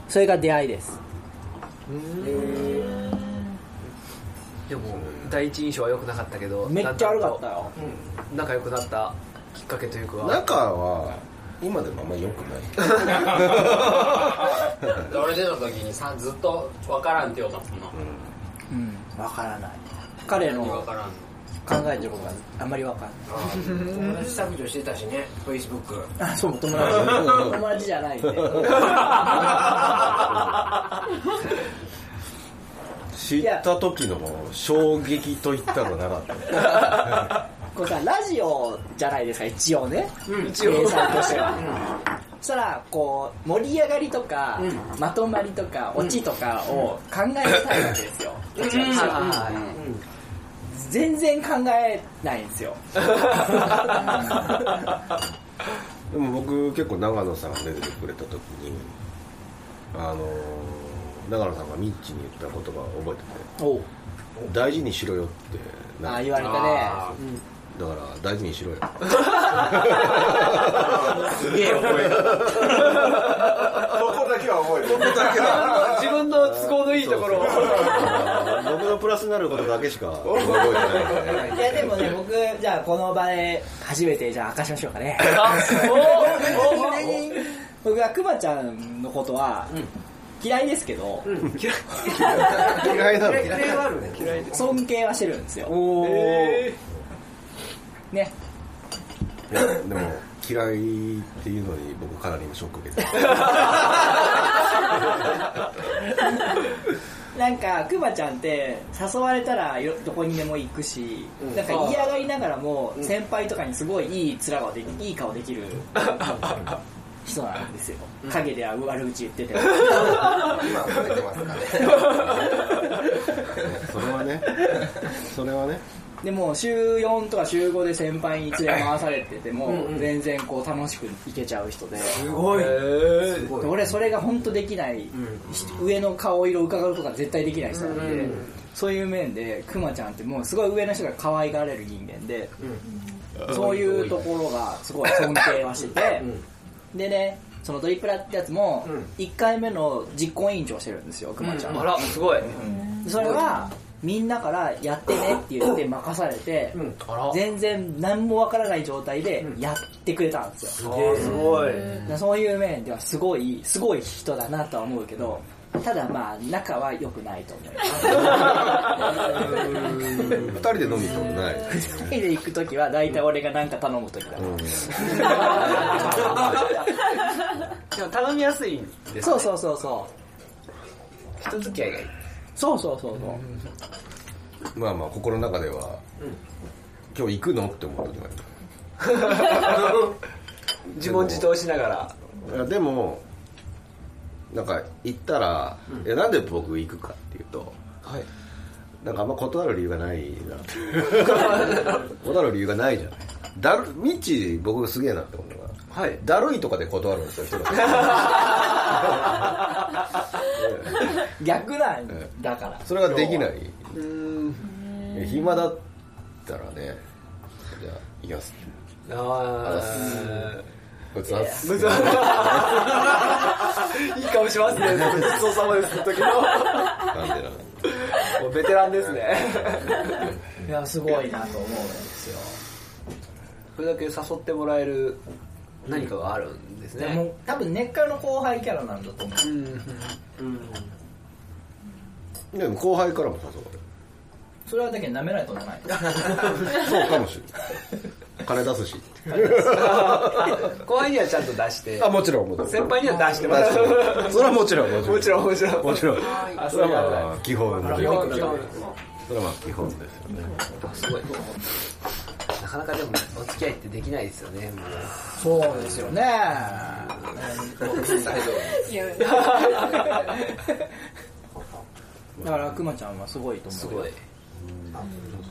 Speaker 4: それが出会いです
Speaker 6: でも第一印象は良くなかったけど
Speaker 4: めっちゃ悪かったよ、
Speaker 6: うん仲良くなったきっかけというか
Speaker 5: 中は、今でもあんまり良くない。
Speaker 15: 俺出た時にさずっと分からんって言おうたもんな
Speaker 4: うんわからない彼の
Speaker 15: 分
Speaker 4: 考
Speaker 15: からん
Speaker 4: えてることがあんまりわかんない
Speaker 16: 友達削除してたしね、フェイスブック。
Speaker 4: あそう友達友達じゃないんで
Speaker 5: 知った時の衝撃といったらなかった。
Speaker 4: これさラジオじゃないですか一応ね、
Speaker 5: うん
Speaker 4: 一応さんとしては、そしたらこう盛り上がりとか、まとまりとかオチとかを考えたいわけですよ、こちらとしてははい全然考えないんです よ
Speaker 5: でも僕結構長野さんが出てくれた時にあのー長野さんがミッチに言った言葉を覚 えてて大事にしろよって
Speaker 4: あー言われたね
Speaker 5: あーだから大事にしろよ
Speaker 11: すげえ覚えたここだけは覚えてる。
Speaker 6: 自分の都合のいいところを
Speaker 5: 僕のプラスになることだけしか覚えてないん
Speaker 4: いやでもね僕じゃあこの場で初めてじゃあ明かしましょうかね僕はくまちゃんのことは嫌いですけど、嫌い
Speaker 5: 嫌いなの
Speaker 4: 嫌い尊敬はしてるんですよね
Speaker 5: ででも嫌いっていうのに僕かなり今ショック受けてる
Speaker 4: なんかくまちゃんって誘われたらよどこにでも行くし、
Speaker 6: ん
Speaker 4: なんか嫌がりながらも先輩とかにすごいいい面ができいい顔できる人なんですよ陰では悪口言ってて
Speaker 17: 今褒めてますかね
Speaker 5: それはねそれはね
Speaker 4: でも週4とか週5で先輩に連れ回されてても全然こう楽しくいけちゃう人で
Speaker 16: すごい。す
Speaker 4: で俺それが本当できない、上の顔色を伺うことが絶対できない人なんで、そういう面でクマちゃんってもうすごい上の人が可愛がれる人間で、そういうところがすごい尊敬はしてて、でねそのドリプラってやつも1回目の実行委員長をしてるんですよクマちゃん、
Speaker 6: あらすごい、
Speaker 4: それはみんなからやってねって言って任されて、全然何もわからない状態でやってくれたんですよ、
Speaker 6: うんすごい
Speaker 4: うんそういう面ではすごいすごい人だなとは思うけどただまあ仲は良くないと思います
Speaker 5: 二人で飲みに行ったことない。
Speaker 4: 二人で行く時は大体俺が何か頼む時だ、でも頼みやすいそうそうそうそう人付き合いがいい そうそうそうそう、
Speaker 5: まあまあ、心の中では、今日行くのって思う時もある。
Speaker 6: 自問自答しながら
Speaker 5: いやでもなんか行ったら、いやなんで僕行くかっていうと、なんかあんま断る理由がないな 断る理由がないじゃないだる未知僕がすげえなって思うのが、だるいとかで断るんですよ人 が
Speaker 4: 逆なんだから
Speaker 5: それができないいや暇だったらねじゃあ行きます
Speaker 6: ああ
Speaker 5: こいつ熱い
Speaker 6: いい顔しますね、ごちそうさまですの時 の。もうベテランですね。
Speaker 4: いや、すごいなと思うんですよ。
Speaker 6: これだけ誘ってもらえる何かがあるんです
Speaker 4: でも
Speaker 6: ね。
Speaker 4: う多分根っからの後輩キャラなんだと思う、
Speaker 5: でも後輩からも誘わ
Speaker 4: それはだけど舐められたことない
Speaker 5: れるそうかもしれない金出すし
Speaker 6: 後輩にはちゃんと出して。
Speaker 5: あもちろんもちろん
Speaker 6: 先輩には出しても
Speaker 5: まあ
Speaker 6: ら
Speaker 5: そう
Speaker 6: う。
Speaker 5: それはもちろんも
Speaker 6: もちろん、もちろん。
Speaker 5: もちろん
Speaker 6: あ
Speaker 5: そ
Speaker 6: そ
Speaker 5: れ
Speaker 6: れ
Speaker 5: は
Speaker 6: は
Speaker 5: まあ基本
Speaker 6: 基本基本
Speaker 5: それはまあ基本ですよね
Speaker 6: すごい。なかなかでも、お付き合いってできないですよね、もう。
Speaker 4: そうですよね
Speaker 10: いや
Speaker 4: だからくまちゃんはすごいと思うすごい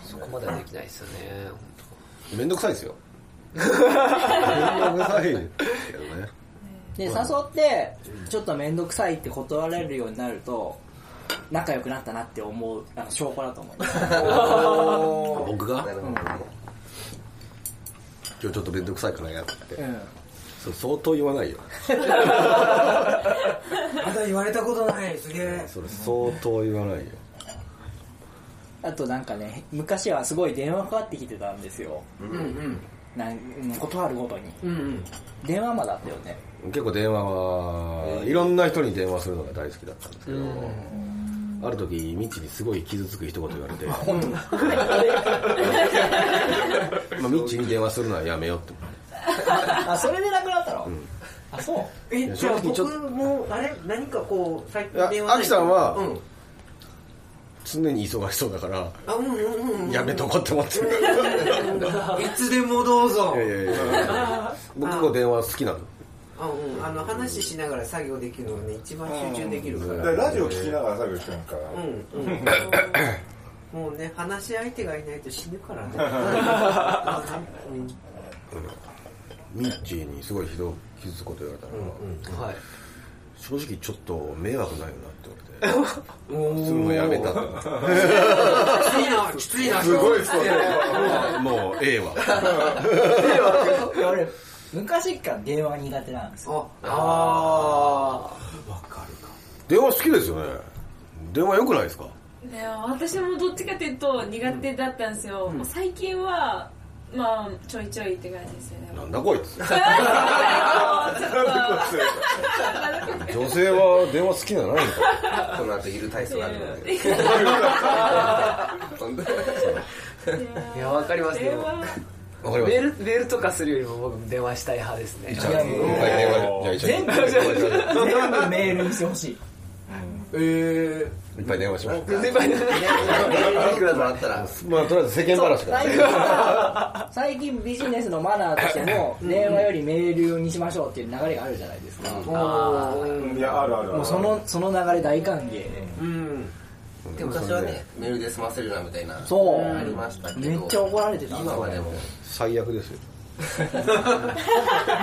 Speaker 6: そこまではできないですよね。
Speaker 5: めんどくさいですよめんどくさいけどね
Speaker 4: で誘ってちょっと面倒くさいって断られるようになると仲良くなったなって思うあの証拠だと思う
Speaker 5: 僕が今日ちょっとめんどくさいからやって
Speaker 4: うん
Speaker 5: それ相当言わないよ
Speaker 18: まだ言われたことないすげえ
Speaker 5: それ相当言わないよ
Speaker 4: あとなんかね昔はすごい電話かかってきてたんですよ、
Speaker 18: うんうん
Speaker 4: なんうん断るごとに、
Speaker 18: うん
Speaker 4: 電話魔だったよね
Speaker 5: 結構電話はいろんな人に電話するのが大好きだったんですけどある時未知にすごい傷つく一言言わ れて
Speaker 4: 本 当
Speaker 5: まあ、ミッチーに電話するのはやめようって
Speaker 4: あそれでなくなったの、
Speaker 5: ん
Speaker 4: あそう
Speaker 5: いや
Speaker 19: えじゃあ
Speaker 5: 正直ちょっと
Speaker 19: 僕もあれ何かこう最近電話
Speaker 5: アキさんは、
Speaker 19: うん
Speaker 5: 常に忙しそうだから、
Speaker 19: あうんうんうんうん
Speaker 5: やめとこうって思ってる
Speaker 19: いつでもどうぞ
Speaker 5: いやいやいや僕結構電話好きなの
Speaker 19: あうんあの話しながら作業できるのがね一番集中できるから
Speaker 5: うん
Speaker 11: ラジオ聞きながら作業してるから
Speaker 19: うんうんもうね話し相手がいないと死ぬから ねうん
Speaker 5: ミッチーにすごいひどい傷つくこと言われたら、正直ちょっと迷惑ないよ なって言われてすぐもうやめたって思っ
Speaker 19: き
Speaker 5: て
Speaker 19: ついなきついな
Speaker 5: すごいそう
Speaker 19: きついな
Speaker 5: もうええわ
Speaker 4: いや俺昔から電話苦手なんですよ
Speaker 6: あ
Speaker 5: 電話好きですよね電話良くないですか
Speaker 10: ね私もどっちかというと苦手だったんですよ、もう最近はまあちょいちょいって感じですよね
Speaker 5: なんだこいつ
Speaker 10: なんか
Speaker 5: 女性は電話好きなのないのか
Speaker 9: この後いる体操あるので
Speaker 6: いや、わかりますね。
Speaker 5: わかります
Speaker 6: メールメールとかするよりも僕電話したい派です ね。
Speaker 5: じゃあもう一回電話じゃあ一緒
Speaker 4: 全
Speaker 5: に
Speaker 4: 部全部メールにしてほしい
Speaker 5: ええいっぱい電話しましょう
Speaker 6: いっぱい電
Speaker 5: 話いくらもらったらまあとりあえず世間話から
Speaker 4: 最近さ最近ビジネスのマナーとしても電話よりメールにしましょうっていう流れがあるじゃないですか
Speaker 11: いやあるあ るある
Speaker 4: もう そのその流れ大歓迎
Speaker 9: うんでも昔はねメールで済ませるなみたいな
Speaker 4: そう
Speaker 9: ありましたけど
Speaker 4: めっちゃ怒られてた
Speaker 9: 今はでも
Speaker 5: 最悪ですよ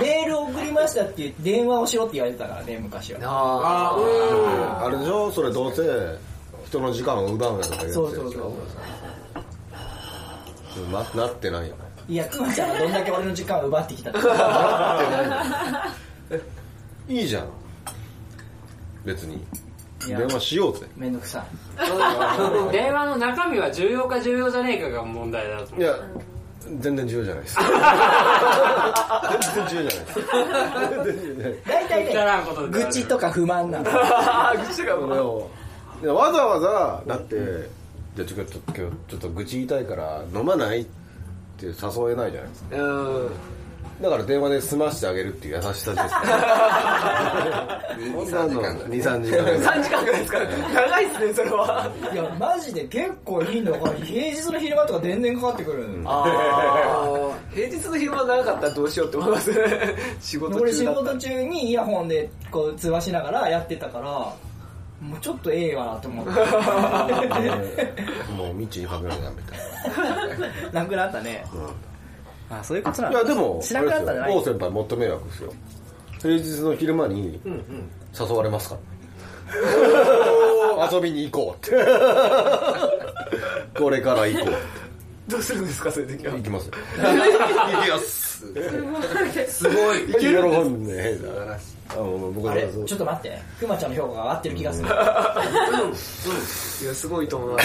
Speaker 4: メール送りましたって言って電話をしろって言われてたからね昔は
Speaker 5: ああれでしょそれどうせ一人の時間を奪うなとか言うやつ
Speaker 4: そうそう
Speaker 5: でし
Speaker 4: そ
Speaker 5: ょまなってないよね
Speaker 4: ういやくんちゃんがどんだけ俺の時間を奪ってきたって
Speaker 5: いいじゃん別に電話しようぜ
Speaker 4: めんどくさ
Speaker 7: 電話の中身は重要か重要じゃねえかが問題だと思う
Speaker 5: いや全然重要じゃないです全然重要じゃないです
Speaker 4: 大体
Speaker 7: くだらんこと
Speaker 4: ね愚痴とか不満なの
Speaker 5: それをいやわざわざだって、じゃあちょっと今日ちょっと愚痴言いたいから飲まないって誘えないじゃないですかだから電話で済ましてあげるっていう優しさです よそんなの23時間
Speaker 20: 3時間ぐらいですから長いっすねそれはい
Speaker 4: やマジで結構いいのが平日の昼間とか全然かかってくるの
Speaker 6: あー平日の昼間長かったらどうしようって思い ますね仕事
Speaker 4: 俺
Speaker 6: 中
Speaker 4: 仕
Speaker 6: だった
Speaker 4: 事中にイヤホンでこう通話しながらやってたからもうちょっとええわなと思って
Speaker 5: もう道にはぐらだみたい
Speaker 4: なくなったね、あそういうこと
Speaker 5: な
Speaker 4: ないん
Speaker 5: やでも
Speaker 4: しなくなったんじゃない
Speaker 5: 王先輩もっと迷惑ですよ平日の昼間に誘われますから 遊びに行こうってこれから行こうって
Speaker 6: どうするんですかそういう時は
Speaker 5: 行き ますよ
Speaker 6: いや
Speaker 5: す
Speaker 6: すごい
Speaker 5: 喜んであもう僕
Speaker 4: あ
Speaker 5: は
Speaker 4: れ
Speaker 5: そう
Speaker 4: ちょっと待ってくまちゃんの評価が上がってる気がする
Speaker 6: いやすごいと思 う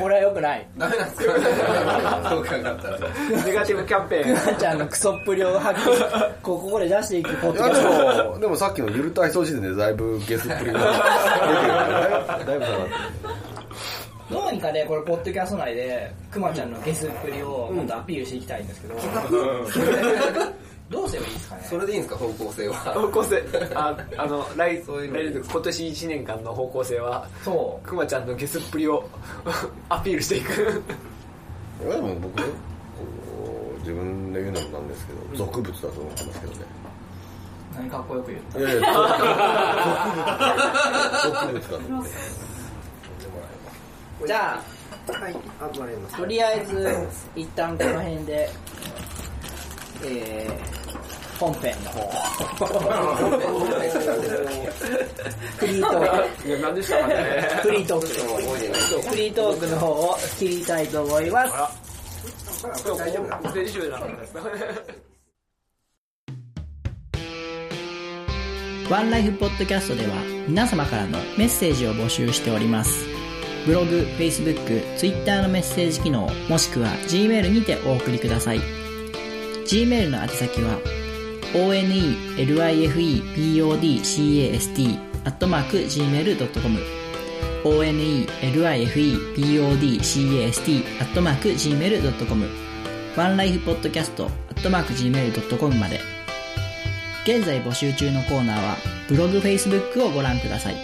Speaker 4: これはよくない
Speaker 6: ダメなんですか
Speaker 9: 評価があったら
Speaker 6: ネガティブキャンペ
Speaker 4: くまちゃんのクソっぷりを発揮しこうここで出していくポッ
Speaker 5: い
Speaker 4: ド
Speaker 5: や
Speaker 4: キャスト
Speaker 5: でもでもさっきのゆる体操時点でだいぶゲスっぷりが 出てるからねだいぶ下がってる
Speaker 4: どうにかね、これ、ポッドキャスト内で、くまちゃんのゲスっぷりを、もっとアピールしていきたいんですけど、 どうすればいいですかね。
Speaker 9: それでいいんですか方向性は
Speaker 6: 方向性ああの来来年今年1年間の方向性は
Speaker 4: そう
Speaker 6: くまちゃんのゲスっぷりを アピールしていく
Speaker 5: いやでも僕こう自分で言うのもなんですけど俗物だと思ってますけどね
Speaker 4: 何かっこよく言った。
Speaker 5: いやいや俗物だと思って
Speaker 4: じゃあ、とりあえず、一旦この辺で、えー、本編の方。フリートーク。
Speaker 6: いや何でしたかね
Speaker 4: フリートークの方にフリートークの方を切りたいと思います。
Speaker 6: 大丈夫先週じゃなかったですか
Speaker 2: ワンライフポッドキャストでは皆様からのメッセージを募集しております。ブログ、Facebook、Twitter のメッセージ機能、もしくは Gmail にてお送りください。Gmail の宛先は onelifepodcast.gmail.com onelifepodcast.gmail.com ワンライフポッドキャスト .gmail.com まで現在募集中のコーナーはブログ、Facebook をご覧ください。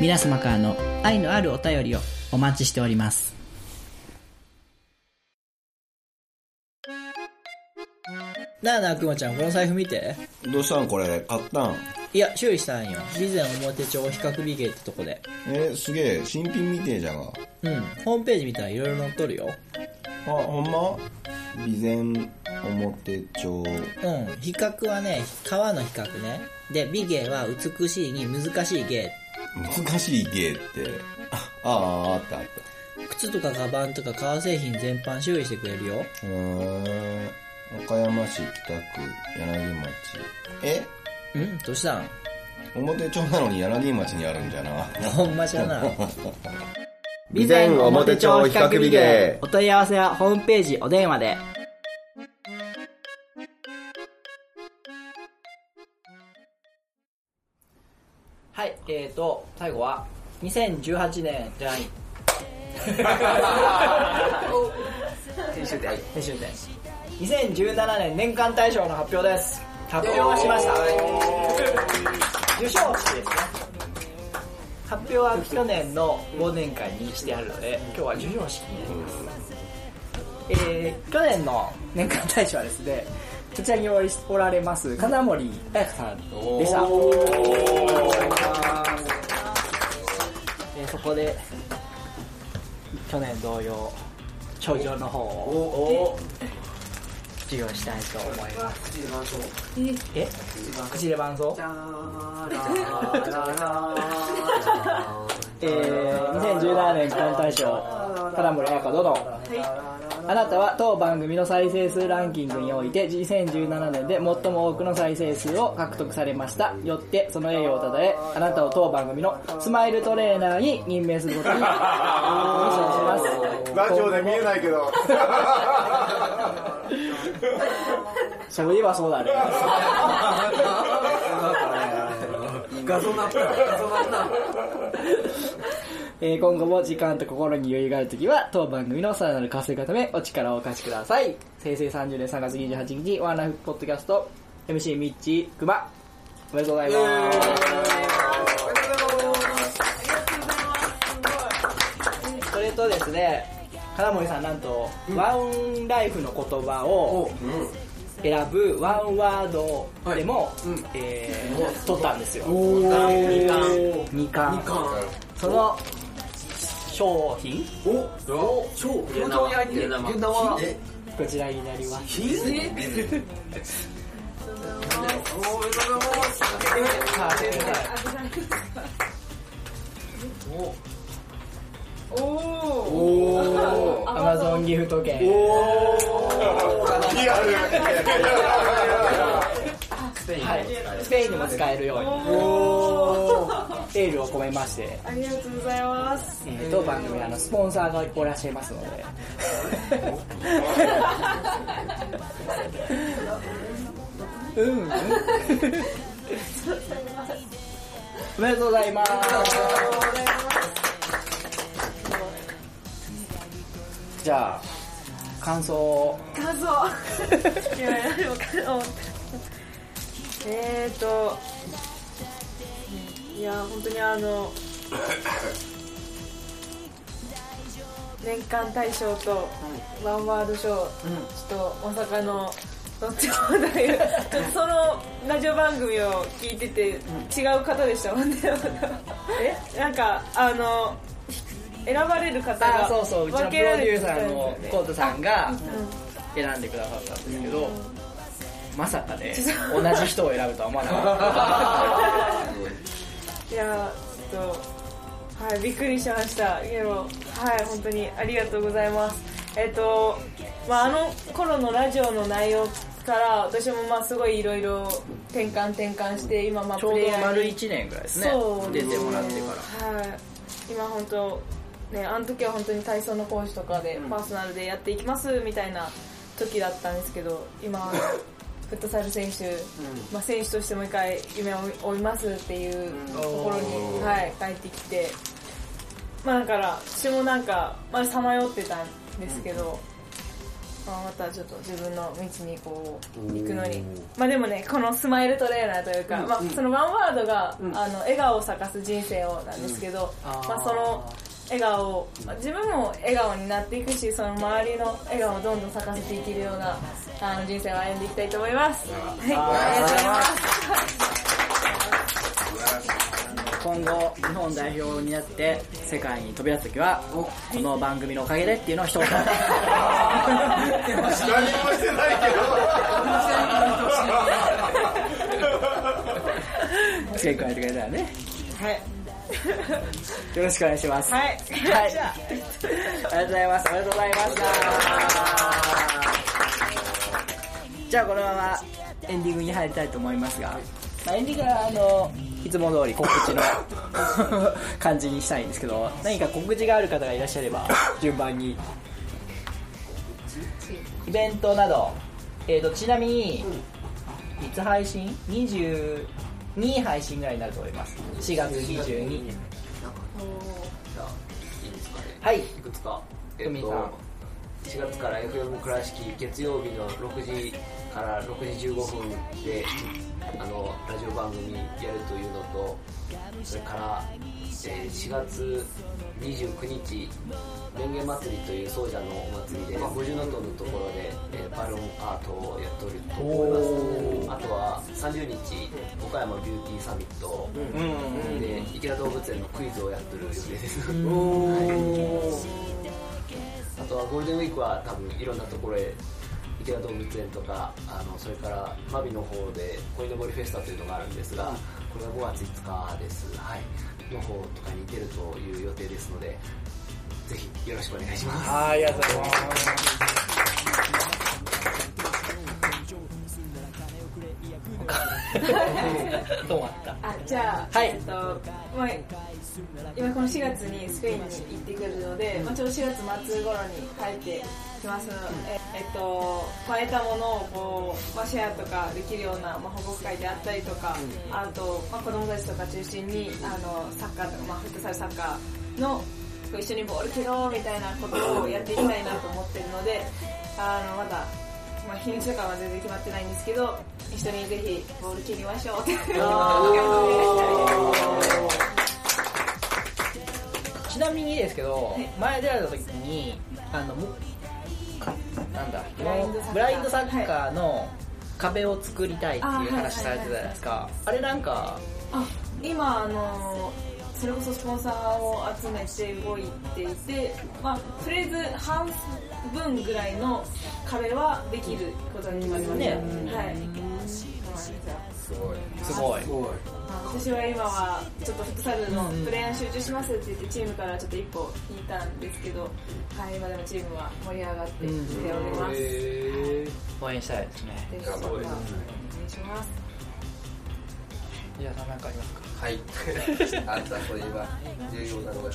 Speaker 2: 皆様からの愛のあるお便りをお待ちしております。なあなあ、くまちゃん、この財布見て。
Speaker 21: どうしたんこれ買ったん
Speaker 2: いや、修理したんよ。備前表帳比較美芸ってとこで。
Speaker 21: えー、すげえ新品みてえじゃが
Speaker 2: うん、ホームページ見たらいろいろ載っとるよ。
Speaker 21: あほんま備前表帳
Speaker 2: うん、比較はね、川の比較ね。で、美芸は美しいに難しい芸。
Speaker 21: 難しい芸ってあああったあっ
Speaker 2: 靴とかカバンとか革製品全般修理してくれるよ。
Speaker 21: たうーん岡山市北区柳町え
Speaker 2: うんどうしたん
Speaker 21: 表帳なのに柳町にあるんじゃな
Speaker 2: ほんまじゃな
Speaker 21: 備前表帳比較美芸
Speaker 2: お問い合わせはホームページお電話で
Speaker 4: はい、えーと、最後は、2018年じゃない。編集点。編集点。2017年年間大賞の発表です。発表をしました。受賞式ですね。発表は去年の忘年会にしてあるので、今日は受賞式になります。えー、去年の年間大賞はですね、こちらにおりおられます、金森彩香さんでした。えーそこで去年同様頂上の方を授業したいと思いますえ口で伴奏
Speaker 2: えー、2017年コン大賞金村彩香殿あなたは当番組の再生数ランキングにおいて2017年で最も多くの再生数を獲得されましたよってその栄誉をたたえあなたを当番組のスマイルトレーナーに任命することに感謝します
Speaker 11: ラジオで見えないけど。
Speaker 2: そういえばそうだね
Speaker 9: 画像なった画像なった
Speaker 2: えー今後も時間と心に余裕があるときは、当番組のさらなる活性化のため、お力をお貸しください。平成30年3月28日、ワンライフポッドキャスト、MC ミッチー、クマ。おめでとうございます。それとですね、金森さんなんと、ワンライフの言葉を選ぶワンワードでも、えー取ったんですよ。2冠。その商品
Speaker 9: お超本当に入ってる
Speaker 2: こ
Speaker 9: 現玉
Speaker 2: ちらになります。
Speaker 9: お
Speaker 2: おーアマゾンギフト券。
Speaker 9: リアル
Speaker 2: はい、スペインにも使えるようにエールを込めまして、
Speaker 10: ありがとうございます。
Speaker 2: えー、当番組あのスポンサーがおらっしゃいますのでうんうんおめでとうございますじゃあ感想を
Speaker 10: 感想いやでも感想えーといや本当にあの年間大賞とワンワード賞、ちょっと大阪のどっちもだいぶちょっとそのラジオ番組を聞いてて違う方でしたもんね えなんかあの選ばれる方
Speaker 2: あ
Speaker 10: が
Speaker 2: そうそううちの
Speaker 10: 分
Speaker 2: プ
Speaker 10: け
Speaker 2: ロ
Speaker 10: ら
Speaker 2: デュ
Speaker 10: れ
Speaker 2: ー
Speaker 10: て
Speaker 2: サ
Speaker 10: たん
Speaker 2: ー
Speaker 10: で
Speaker 2: の
Speaker 10: すよね
Speaker 2: コートさんが選んでくださったんですけどまさかね同じ人を選ぶとは思わな かった
Speaker 10: いやーちょっとはいびっくりしましたけどはい本当にありがとうございますえっ、とまああの頃のラジオの内容から私もまあすごいいろいろ転換転換して今まあ
Speaker 2: ちょ
Speaker 10: プ
Speaker 2: う
Speaker 10: レイ
Speaker 2: ど
Speaker 10: ヤー
Speaker 2: 丸
Speaker 10: に
Speaker 2: 1年ぐらいですね
Speaker 10: そう
Speaker 2: 出
Speaker 10: ですね
Speaker 2: てもらってから
Speaker 10: はい今本当ねあの時は本当に体操の講師とかでパーソナルでやっていきますみたいな時だったんですけど 今フットサル選手、まあ、選手としてもう一回夢を追いますっていうところに、
Speaker 9: おー
Speaker 10: はい、帰ってきてまあだから私もなんかまあさまよってたんですけど、まあ、またちょっと自分の道にこう行くのにまあでもねこのスマイルトレーナーというか、
Speaker 9: うん
Speaker 10: まあ
Speaker 9: うん、
Speaker 10: そのワンワードが、
Speaker 9: うん
Speaker 10: あの笑顔を咲かす人生をなんですけど、
Speaker 9: うんあー
Speaker 10: まあ、その笑顔を、まあ自分も笑顔になっていくしその周りの笑顔をどんどん咲かせていけるようなあの人生を歩んでいきたいと思います。はい、ありがとうございます
Speaker 2: 今後日本代表になって世界に飛び出す時はこの番組のおかげでっていうのを 一言
Speaker 11: 何もしてないけ
Speaker 2: 付け加えてくれたらねよろしくお願いします
Speaker 10: はい、
Speaker 2: はい、ありがとうございますおめでとうございましたじゃあこのままエンディングに入りたいと思いますが、まあ、エンディングはあのいつも通り告知の 感じにしたいんですけど何か告知がある方がいらっしゃれば順番にイベントなど、えー、とちなみに、いつ配信 ?22 配信ぐらいになると思います4月22日
Speaker 6: じゃあいいですかね
Speaker 2: はいい
Speaker 6: くつかえ
Speaker 2: ふみ
Speaker 6: っ
Speaker 2: さ
Speaker 6: と
Speaker 2: ん
Speaker 6: 4月から FM 倉敷月曜日の6時から6時15分であのラジオ番組やるというのとそれから、えー4月29日蓮華祭りという総社のお祭りで五重塔のところで、えーバルーンアートをやっておると思いますあとは30日岡山ビューティーサミット
Speaker 2: うん
Speaker 6: で池田動物園のクイズをやってる予定ですあとはゴールデンウィークは多分いろんなところへ池田動物園とかあのそれから真備の方で鯉のぼりフェスタというのがあるんですがこれは5月5日ですはいの方とかに出るという予定ですのでぜひよろしくお願いします
Speaker 22: ありがとうございます止まった
Speaker 10: あじゃあ、
Speaker 22: はい
Speaker 10: えっとまあ、今この4月にスペインに行ってくるので、まあ、ちょうど4月末頃に帰ってきますので、えっとまあ、得たものをこう、まあ、シェアとかできるような、まあ、保護会であったりとか、あと、まあ、子供たちとか中心にあのサッカーとか、まあ、フットサルサッカーのこう一緒にボール蹴ろうみたいなことをやっていきたいなと思ってるのであのまだ、まあ、日にちとかは全然決まってないんですけど一緒にぜひボール蹴りましょうっていう感じで
Speaker 4: ちなみにですけど、前出られた時に、あの、むなんだ、
Speaker 10: ブラインドサッカー
Speaker 4: ブラインドサッカーの壁を作りたいっていう話されてたじゃないですか。あれなんか、
Speaker 10: あ今あのそれこそスポンサーを集めて動いていて、まあ、フレーズ半分ぐらいの壁はできることに決まりました、
Speaker 4: ね
Speaker 10: はいそうなんですよ
Speaker 4: すごい。すごい。
Speaker 10: 私は今はちょっとフットサルのプレーヤーに集中しますって言ってチームからちょっと一歩引いたんですけど、はい、今でもチームは盛り上がってきております、
Speaker 4: 応援したいですね。
Speaker 10: ぜひまたお願いします
Speaker 4: 皆さんなんかありますか
Speaker 5: はい。あとはこれは重要なのが。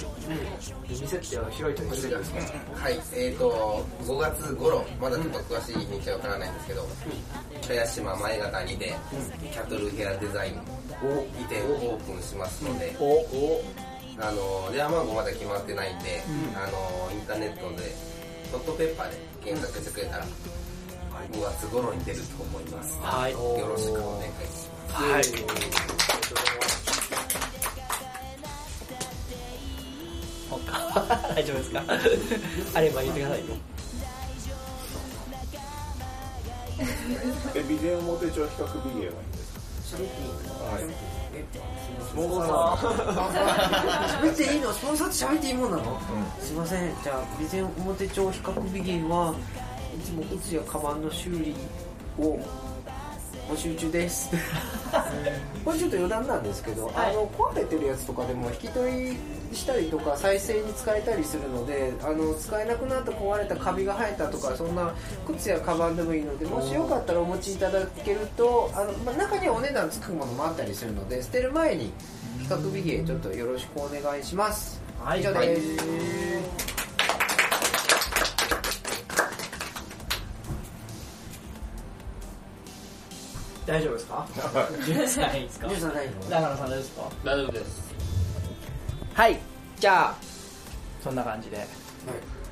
Speaker 6: 店って広いところでですか
Speaker 5: はい、えーと、5月頃、まだちょっと詳しい日にちはわからないんですけど、鞘島前方にて、キャトルヘアデザイン移転をオープンしますので、あの、電話番号まだ決まってないんで、
Speaker 6: うん
Speaker 5: あの、インターネットで、ホットペッパーで検索してくれたら、5月頃に出ると思います。
Speaker 6: はい
Speaker 5: よろしくお願いします。
Speaker 6: はい
Speaker 4: 他 大丈夫ですかあれば言ってくださいよ。
Speaker 11: え、ビデオモテ帳比較ビデオがいいんです
Speaker 5: ス
Speaker 11: ポン
Speaker 23: サ
Speaker 24: 喋っていいのスポンサーって喋っていいもんなの、すいませんじゃあ備前表帳比較美芸はいつも靴やカバンの修理を募集中です
Speaker 9: これちょっと余談なんですけど、あの壊れてるやつとかでも引き取りしたりとか再生に使えたりするのであの使えなくなった壊れたカビが生えたとかそんな靴やカバンでもいいのでもしよかったらお持ちいただけるとあの、まあ、中にはお値段つくものもあったりするので捨てる前に比較美芸ちょっとよろしくお願いします、以上です、
Speaker 4: 大丈夫ですか ?13 歳ですか
Speaker 24: ジュンさん大丈夫
Speaker 4: 長野さん大丈夫ですか
Speaker 25: 大丈夫です。
Speaker 4: はい、じゃあ、そんな感じで、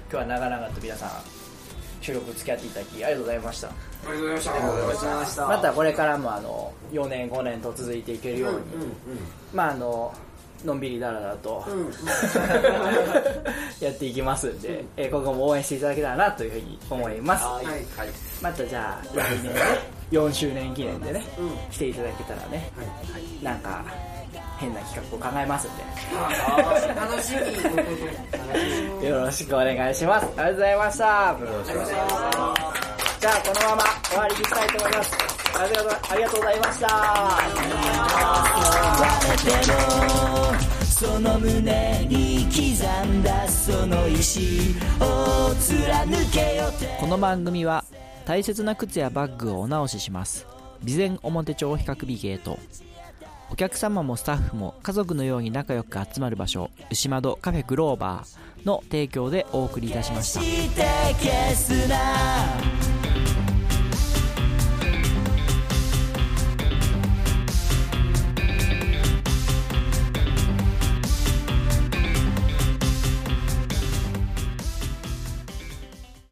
Speaker 4: 今日は長々と皆さん、収録付き合っていただき、ありがとうございました。
Speaker 9: ありがとうございました
Speaker 4: またこれからもあの4年5年と続いていけるように、まああののんびりだらだらと、 やっていきますんで、えー今後も応援していただけたらなというふうに思います、
Speaker 9: はいはい
Speaker 4: またじゃあ来年ね4周年記念でね、来ていただけたらね、なんか変な企画を考えますんで
Speaker 24: 楽し
Speaker 4: よろしくお願いします。ありがとうございました。じゃあ、このまま終わりにしたいと思います。ありがとうありがとうございました。
Speaker 26: その胸に刻んだその石を貫けよ
Speaker 2: この番組は大切な靴やバッグをお直しします備前表帳比較美ゲートお客様もスタッフも家族のように仲良く集まる場所牛窓カフェグローバーの提供でお送りいたしました
Speaker 26: して消すな